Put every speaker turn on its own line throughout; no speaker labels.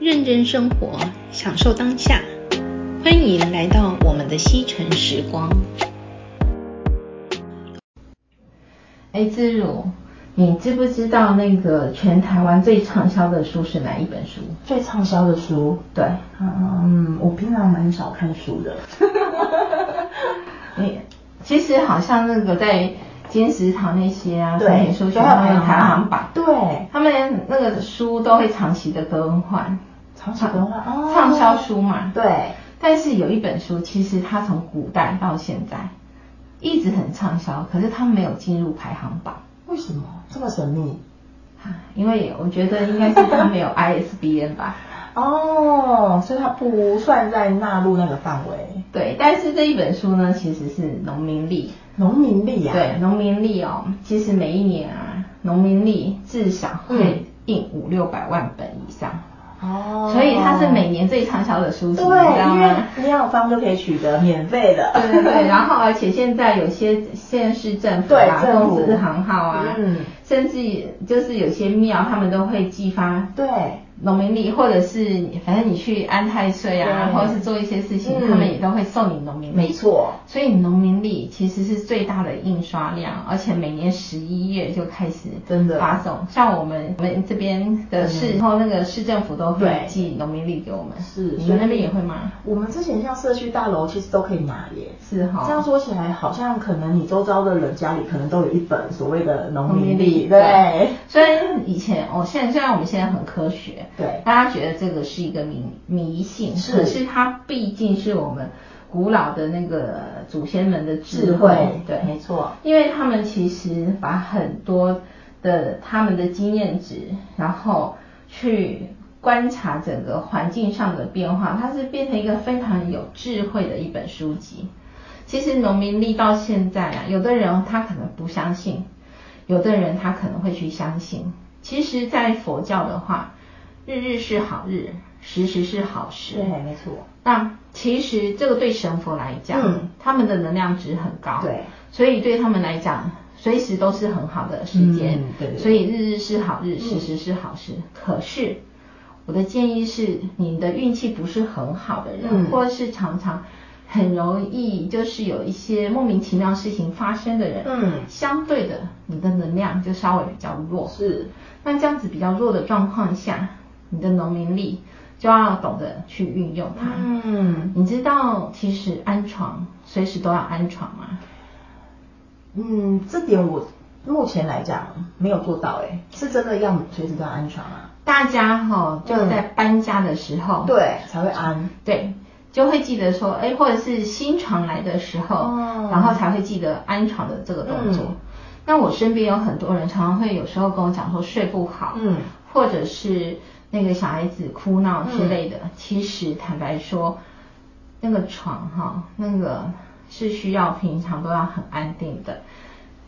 认真生活，享受当下。欢迎来到我们的西城时光。
哎，自如，你知不知道那个全台湾最畅销的书是哪一本书？
最畅销的书，
对，
嗯，我平常蛮少看书 的。
你哎其实好像那个在金石堂那些啊，
对
三联书
就
全
还有
都有
排
排
行榜
行榜，
对
他们那个书都会长期的更换，
长期更换哦
畅销书嘛，
对。
但是有一本书，其实它从古代到现在一直很畅销，可是它没有进入排行榜。
为什么这么神秘？
啊因为我觉得应该是它没有 ISBN 吧，
哦，所以它不算在纳入那个范围。
对，但是这一本书呢，其实是农民历，
农民历啊，
对，农民历哦，其实每一年啊，农民历至少会印五六百万本以上，
哦，
所以它是每年最畅销的书籍，你知道
对，因为
吗？
李小芳就可以取得免费的，
对对对，然后而且现在有些县市政府啊、
对政府
公司行号啊，
嗯
甚至就是有些庙他们都会寄发
对
农民历，或者是反正你去安太岁啊，
对
或者是做一些事情，
嗯
他们也都会送你农民历。
没错
所以农民历其实是最大的印刷量，而且每年十一月就开始
真的
发送。像我们我们这边的市，然后那个市政府都会
对
寄农民历给我们。
是
你
所
们
以
那边也会吗？
我们之前像社区大楼其实都可以拿耶。
是哦哈、
这样说起来，好像可能你周遭的人家里可能都有一本所谓的农
农
民
民
历，
历
对，
虽然以前哦，现在虽然我们现在很科学，
对
大家觉得这个是一个迷迷信，
是
可是它毕竟是我们古老的那个祖先们的智
智
慧，
慧
对，
没错，
因为他们其实把很多的他们的经验值，然后去观察整个环境上的变化，它是变成一个非常有智慧的一本书籍。其实农民历到现在啊，有的人他可能不相信，有的人他可能会去相信。其实，在佛教的话，日日是好日，时时是好时。
对，嗯没错，
那其实这个对神佛来讲，
嗯
他们的能量值很高，
对，
所以对他们来讲，随时都是很好的时间，
嗯对对
所以日日是好日，时时是好时。可是我的建议是，你的运气不是很好的人，
嗯
或是常常很容易就是有一些莫名其妙事情发生的人，
嗯
相对的你的能量就稍微比较弱，
是，
那这样子比较弱的状况下，你的农民力就要懂得去运用它。
嗯
你知道其实安床随时都要安床吗？
嗯，这点我目前来讲没有做到，哎，是真的要随时都要安床啊，
大家哈、就
嗯
在搬家的时候，
对，才会安，
对，就会记得说，哎，或者是新床来的时候，
哦
然后才会记得安床的这个动作。
嗯
那我身边有很多人，常常会有时候跟我讲说睡不好，
嗯，
或者是那个小孩子哭闹之类的。
嗯
其实坦白说，那个床哈，那个是需要平常都要很安定的，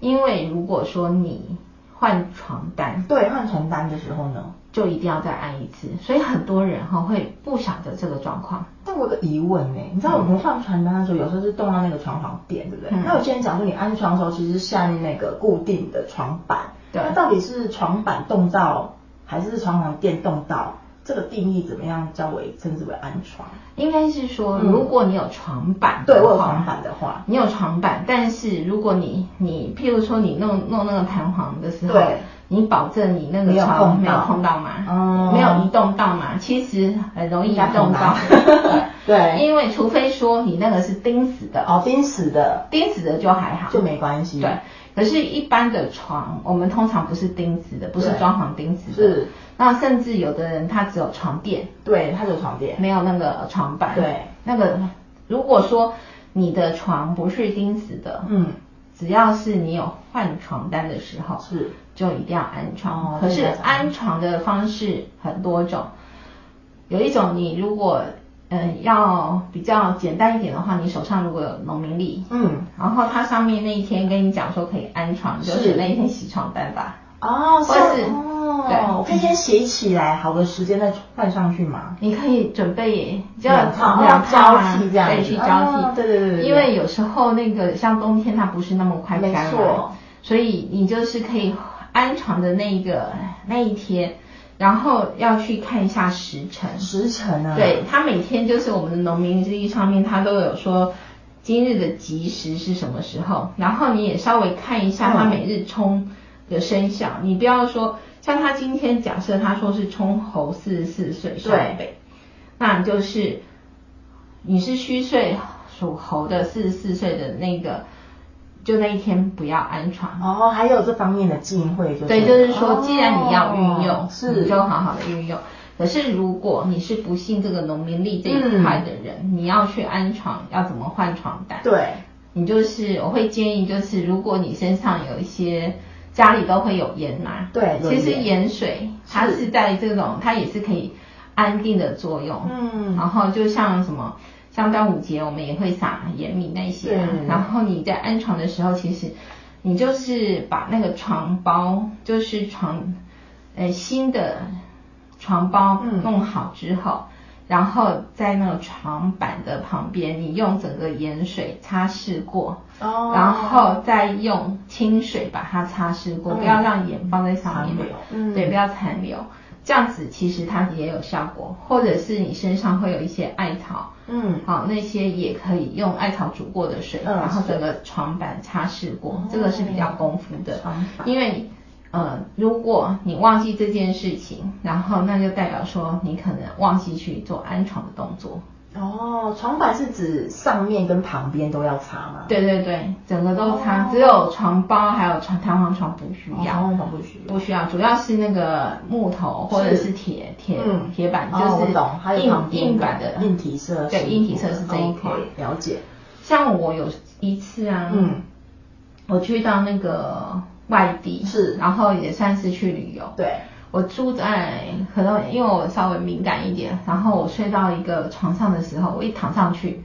因为如果说你换床单，
对，换床单的时候呢，
就一定要再按一次，所以很多人哈会不晓得这个状况。
但我有个疑问呢、欸你知道我们换床单的时候，有时候是动到那个床床垫，对不对？
嗯
那我之前讲说，你安床的时候，其实是下面那个固定的床板，
对
那到底是床板动到，还是床床垫动到？这个定义怎么样叫为称之为安床？
应该是说，
嗯
如果你有床板的
对
话，
我有床板的话，
你有床板，但是如果你你譬如说你弄弄那个弹簧的时候
对，
你保证你那个
没有
床
碰
没
到
有碰到嘛，
哦
没有移动到嘛，其实很容易移动
应该
到
嗯很难，对
因为除非说你那个是钉死的，
哦，钉死的
钉死的就还好，
就没关系，
对，可是，一般的床，我们通常不是钉子的，不是
对
装潢钉子的。
是。
那甚至有的人他只有床垫，
对，它有床垫，
没有那个床板。
对。
那个，如果说你的床不是钉死的，
嗯，
只要是你有换床单的时候，
是
就一定要安床。
哦
可
这
是
个要安
安床的方式很多种，有一种你如果嗯要比较简单一点的话，你手上如果有农民历，
嗯，
然后它上面那一天跟你讲说可以安床，
是
就是那一天洗床单吧。
哦，
或
像
是
哦，
对
我可以先写起来，好的时间再换上去吗？
你可以准备就
两套
两套啊
交替这样子
对，去交替
哦，对对对对对
因为有时候那个像冬天它不是那么快干
没
嘛
错，
所以你就是可以安床的那一个那一天，然后要去看一下时辰。
时辰啊，
对，他每天就是我们的农民日历上面，他都有说今日的吉时是什么时候，然后你也稍微看一下他每日冲的生肖，你不要说像他今天假设他说是冲猴四十四岁上北，那你就是你是虚岁属猴的四十四岁的那个，就那一天不要安床。
哦，还有这方面的忌讳，就是
对，就是说，既然你要运用，
哦
你
是
就好好的运用。可是如果你是不信这个农民历这
嗯
一块的人，你要去安床，要怎么换床单？
对，
你就是我会建议，就是如果你身上有一些家里都会有盐嘛，
对有
其实
盐
盐水它是在这种它也是可以安定的作用，
嗯
然后就像什么。像端午节，我们也会撒盐米那些、啊
对，
然后你在安床的时候，其实你就是把那个床包，就是床，呃，新的床包
嗯
弄好之后，然后在那个床板的旁边，你用整个盐水擦拭过，
哦
然后再用清水把它擦拭过，
嗯
不要让盐放在上面
残留，嗯
对，不要残留。这样子其实它也有效果，或者是你身上会有一些艾草，
嗯
好、那些也可以用艾草煮过的水，
嗯
然后
是
整个床板擦拭过，
哦
这个是比较功夫的。
床板
因为呃，如果你忘记这件事情，然后那就代表说你可能忘记去做安床的动作。
哦，床板是指上面跟旁边都要擦吗？，
对对对，整个都擦，只有床包还有床弹簧床不需
哦，
要。
然后床不需要
不。需要，主要是那个木头或者
是
是铁铁
嗯
铁板，就
哦我
是
懂，还有旁
硬
边
硬板的
硬体设施
对，硬体设施这一块。
哦 OK，了解。
像我有一次啊，
嗯，
我去到那个外地，
是
然后也算是去旅游。
对，
我住在可能因为我稍微敏感一点，然后我睡到一个床上的时候，我一躺上去，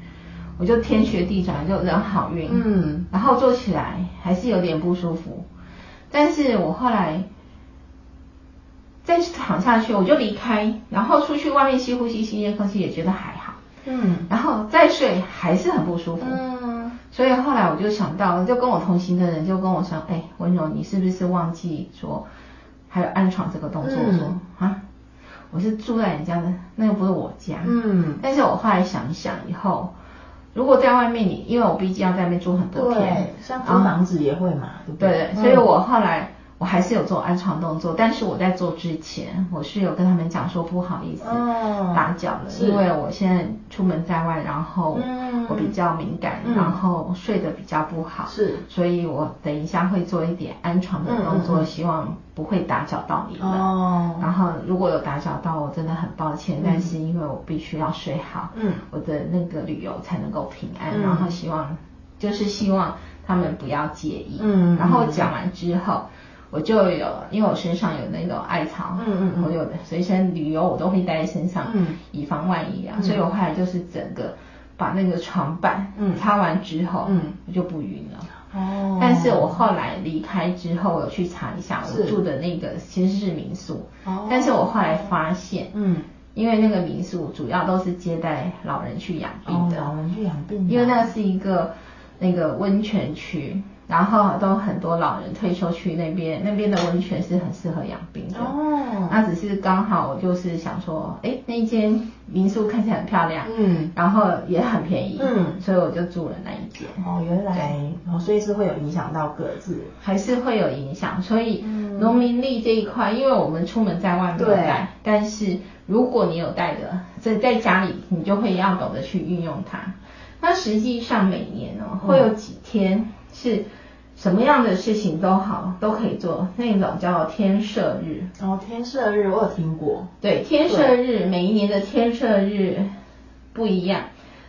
我就天旋地转，就人好晕，
嗯，
然后坐起来还是有点不舒服，但是我后来再躺下去，我就离开，然后出去外面吸呼吸新鲜空气，也觉得还好，
嗯
然后再睡还是很不舒服，
嗯，
所以后来我就想到，就跟我同行的人就跟我说，哎，温柔，你是不是忘记说还有安床这个动作？我说
嗯
啊，我是住在人家的，那又不是我家。
嗯
但是我后来想一想以后，如果在外面你，因为我毕竟要在外面住很多天
对，，像租
然后
房子也会嘛，对不
对
对嗯
对，？所以我后来我还是有做安床动作，但是我在做之前，我是有跟他们讲说不好意思
哦
打搅了，
是
因为我现在出门在外，然后
嗯
我比较敏感，
嗯
然后睡得比较不好，
是
所以我等一下会做一点安床的动
嗯
作，
嗯嗯
希望不会打搅到你们。
哦
然后如果有打搅到我，真的很抱歉，但是因为我必须要睡好，
嗯
我的那个旅游才能够平安，
嗯
然后希望就是希望他们不要介意，
嗯
然后讲完之后。我就有，因为我身上有那种艾草，
嗯嗯嗯
我有随身旅游我都会带在身上，
嗯
以防万一啊，所以我后来就是整个把那个床板，
嗯
擦完之后，
嗯
我就不晕了。
哦
但是我后来离开之后，我有去查一下我
是
住的那个其实是民宿，
哦
但是我后来发现，
嗯，
因为那个民宿主要都是接待老人去养病
哦
的，
老人去养病的
因为那个是一个那个温泉区，然后都很多老人退休去那边，那边的温泉是很适合养病的。
哦
那只是刚好我就是想说，哎，那间民宿看起来很漂亮，
嗯
然后也很便宜，
嗯
所以我就住了那一间。
哦，原来哦，所以是会有影响到各自。
还是会有影响。所以
嗯
农民历这一块，因为我们出门在外没有
对
带，但是如果你有带的，在在家里你就会要懂得去运用它。那实际上每年哦，
嗯
会有几天是什么样的事情都好都可以做，那种叫天赦日。
哦，天赦日我有听过，
对，天赦日每一年的天赦日不一样。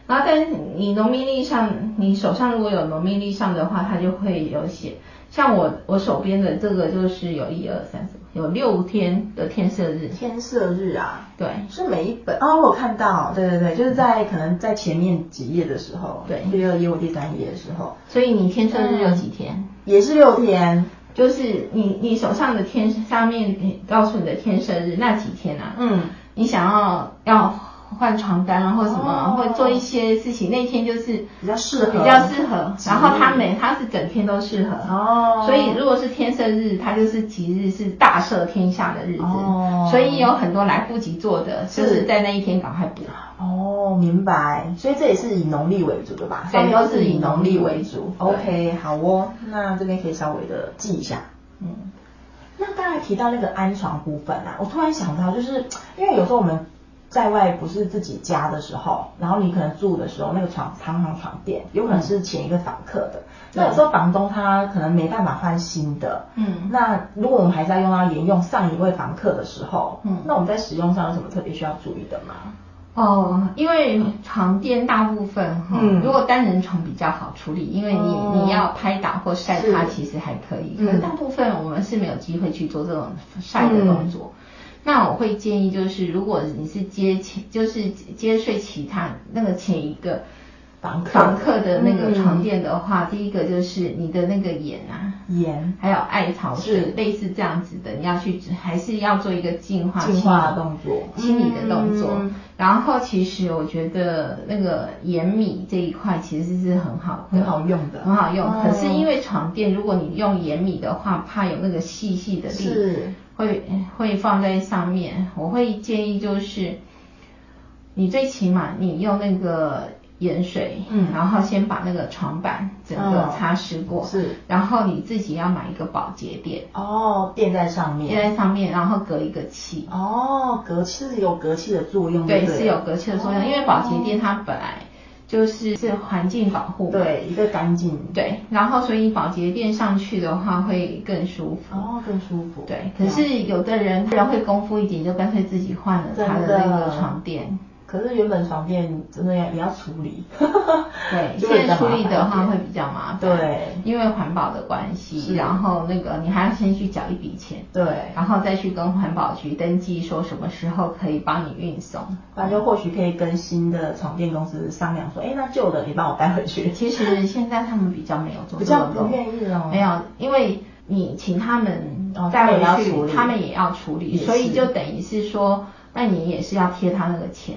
然后，但是你农民历上，你手上如果有农民历上的话，它就会有写。像我我手边的这个就是有一二三四，有六天的天赦日。
天赦日啊，
对
是每一本哦，我有看到，对对对，就是在可能在前面几页的时候，
对
第二页或第三页的时候，
所以你天赦日有几天？
也是六天，
就是你你手上的天上面告诉你的天赦日那几天啊，
嗯，
你想要要换床单啊，或什么，
哦
会做一些事情。那天就是
比较适合
比较适合。
吉日
然后他每他是整天都适合
哦
所以如果是天赦日，他就是吉日，是大赦天下的日子。
哦
所以有很多来不及做的，
是
就是在那一天赶快补。
哦，明白。所以这也是以农历为主的吧？
对
上面
都是以农历为主对
OK，好哦。那这边可以稍微的记一下。
嗯，
那刚才提到那个安床部分啊，我突然想到，就是因为有时候我们在外不是自己家的时候，然后你可能住的时候，那个床长床床垫有可能是前一个房客的，那有时候房东他可能没办法换新的，
嗯
那如果我们还是要用到沿用上一位房客的时候，
嗯
那我们在使用上有什么特别需要注意的吗？
哦，因为床垫大部分哈、
嗯
如果单人床比较好处理，因为你、
哦
你要拍打或晒它，
是
其实还可以。
嗯
可是大部分我们是没有机会去做这种晒的动作。
嗯
那我会建议就是，如果你是接前，就是接睡其他那个前一个
房客
房客的那个
嗯
床垫的话，第一个就是你的那个眼啊，
盐
还有艾草
是
水，类似这样子的，你要去还是要做一个净化
净化
啊清理
动作
清理的动作。
嗯
然后其实我觉得那个盐米这一块其实是很好的，
很好用的
很好用。
哦
可是因为床垫，如果你用盐米的话，怕有那个细细的粒
是
会会放在上面。我会建议就是，你最起码你用那个。盐水，
嗯
然后先把那个床板整个
嗯
擦拭过，
是
然后你自己要买一个保洁垫，
哦，垫在上面，
贴在上面，然后隔一个气。
哦，隔气是有隔气的作用
对，
不
是有隔气的作用，因为保洁垫它本来就是是环境保护。
对一个干净，
对，然后所以保洁垫上去的话会更舒服。
哦更舒服。
对，可是有的人人会功夫一点，就干脆自己换了他
真
的
的
那个床垫。
可是原本床垫真的要也要处理，
对，
就会比
现在
较
处
麻
理的
烦一点
话会比较麻烦。
对
因为环保的关系，然后那个你还要先去缴一笔钱。
对，
然后再去跟环保局登记，说什么时候可以帮你运送。
反正或许可以跟新的床垫公司商量说，哎，那旧的你帮我带回 去。
其实现在他们比较没有做
比
这
较
个
不
动作，
愿意哦
没有，因为你请他们
哦
带
他们也要
回去，
处理
他们也要处理，
也
所
是
以就等于是说，那你也是要贴他那个钱。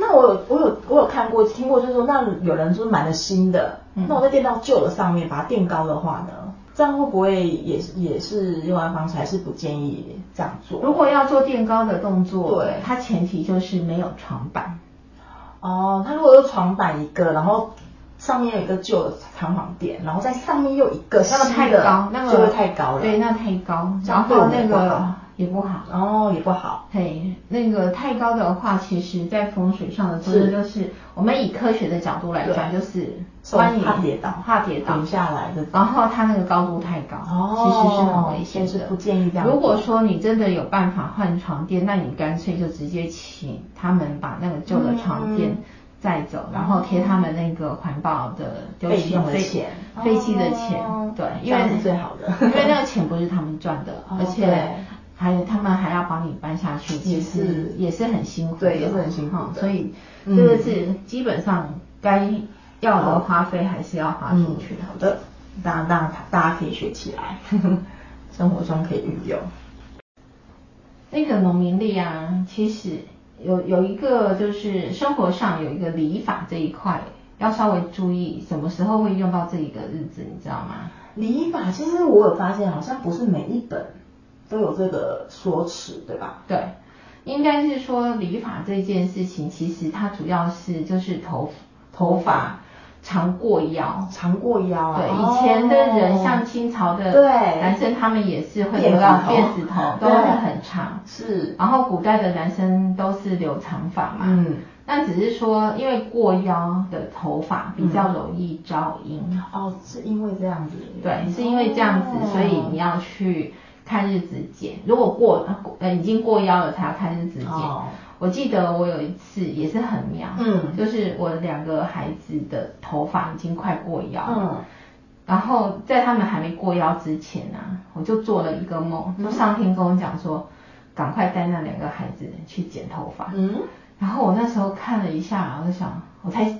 那我有我有我有看过听过，就是说那有人就是买了新的，
嗯
那我再垫到旧的上面，把它垫高的话呢，这样会不会也是也是用完方式，还是不建议这样做？
如果要做垫高的动作，
对
它前提就是没有床板。
哦，它如果有床板一个，然后上面有一个旧的弹簧垫，然后在上面又一个
那个
新
太
的
高，那个
就会太高了。
对，那太高，
这
然
样对我
后
们
那
不
个
好
也不好。
哦也不好。
嘿，那个太高的话，其实在风水上的作
是
用就是，我们以科学的角度来讲，
对
就是
手
关于
怕跌倒
怕跌倒
滚下来的
然后它那个高度太高，
哦
其实是很危险
所以
的，
是不建议这样做
如果说你真的有办法换床垫，那你干脆就直接请他们把那个旧的床垫。
嗯
带走，然后贴他们那个环保的丢
废
弃
用的
废
钱
废弃的钱，
哦
对，
这
因为
样是最好的
因为那个钱不是他们赚的，
哦
而
对
且还有他们还要帮你搬下去，
也
其实
是
也是很辛苦的，
对也是很辛苦
哈
的
所以
嗯
这个是基本上该要的花费还是要花出去。
嗯好的，大家大家大家可以学起来， 生活中可以运用。
那个农民历啊，其实有有一个就是生活上有一个礼法这一块，要稍微注意什么时候会用到这一个日子，你知道吗？
礼法其实我有发现，好像不是每一本都有这个说辞，对吧？
对，应该是说礼法这件事情，其实它主要是就是头头发长过腰。
长过腰啊，
对，
哦
以前的人像清朝的
对
男生，他们也是会留到
辫
辫
子
子
头
头，都会
对
很长。
是
然后古代的男生都是留长发嘛，
嗯，
那只是说因为过腰的头发比较容易招阴，
哦，是因为这样子，
对，是因为这样子，
哦
所以你要去看日子剪。如果过呃已经过腰了，才要看日子剪。
哦
我记得我有一次也是很妙，
嗯
就是我两个孩子的头发已经快过腰了，
嗯
然后在他们还没过腰之前啊，我就做了一个梦，
嗯
就上天跟我讲说，赶快带那两个孩子去剪头发。
嗯，
然后我那时候看了一下，我就想，我才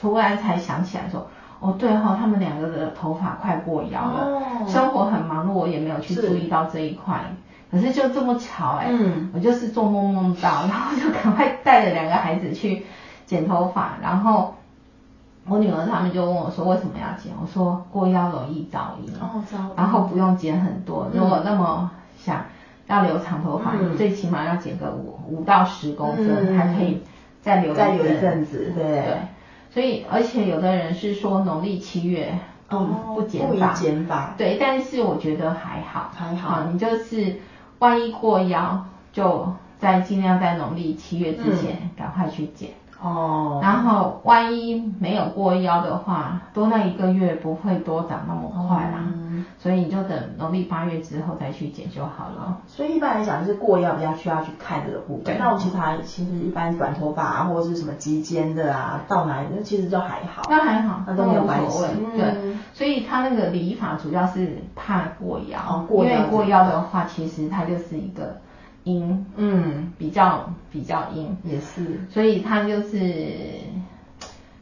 突然才想起来说，哦，对哈、他们两个的头发快过腰了，
哦
生活很忙碌，我也没有去
是
注意到这一块。可是就这么巧哎、
嗯
我就是做梦梦到，然后就赶快带着两个孩子去剪头发，然后我女儿他们就问我说为什么要剪，我说过腰容易噪音，
哦噪音
然后不用剪很多，如果那么想要留长头发，
嗯
你最起码要剪个五五到十公分，
嗯
还可以再留
再留一
一
阵子对
对。所以，而且有的人是说农历七月不、
哦
不剪
不宜
发，
剪发
对，但是我觉得还好，
还好
啊你就是万一过腰，就在尽量在农历七月之
嗯
前赶快去剪。
哦，
然后万一没有过腰的话，多那一个月不会多长那么快啦、
嗯
所以你就等农历八月之后再去剪就好了。
所以一般来讲，就是过腰比较需要去看这个部分。
对
那我其他其实一般短头发啊，或者是什么及肩的啊，到哪里那其实就还好。
那还好，
那都没有
无
关系
所谓。对
嗯，
所以他那个理法主要是怕过腰，
哦过腰
因为过腰的话，其实它就是一个阴，
嗯，
比较比较阴，
也是。
所以它就是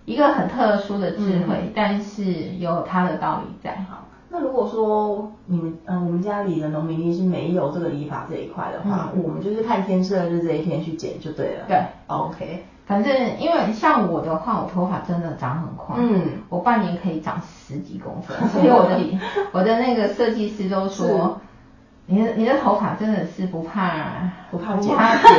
一个很特殊的智慧，
嗯
但是有它的道理在。
好，那如果说你们嗯、我们家里的农民历是没有这个理法这一块的话，
嗯
我们就是看天色日这一天去剪就对了。
对
，OK，
反正因为像我的话，我头发真的长很快，
嗯，
我半年可以长十几 公分，所以我的理我的那个设计师都说，你的你的头发真的是不怕
不怕
不
剪
怕剪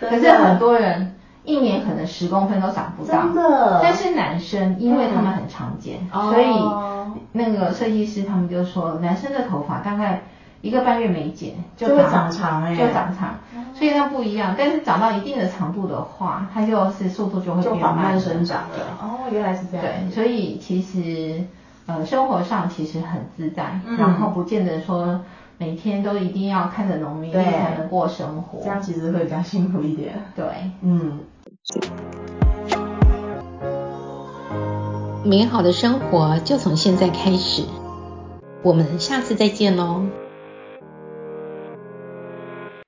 真的
可是很多人一年可能十公分都长不到，
真的
但是男生因为他们很常见，
嗯
所
哦
以那个设计师他们就说，男生的头发大概一个半月没剪
就会长
长
长欸
就长长，所以它不一样。但是长到一定的长度的话，它就是速度就会
就
变
缓慢
了
生长了。哦，原来是这样。
对，所以其实呃，生活上其实很自在，
嗯
然后不见得说每天都一定要看着农民历
对
才能过生活。
这样其实会比较辛苦一点。
对，
嗯，
美好的生活就从现在开始，我们下次再见喽。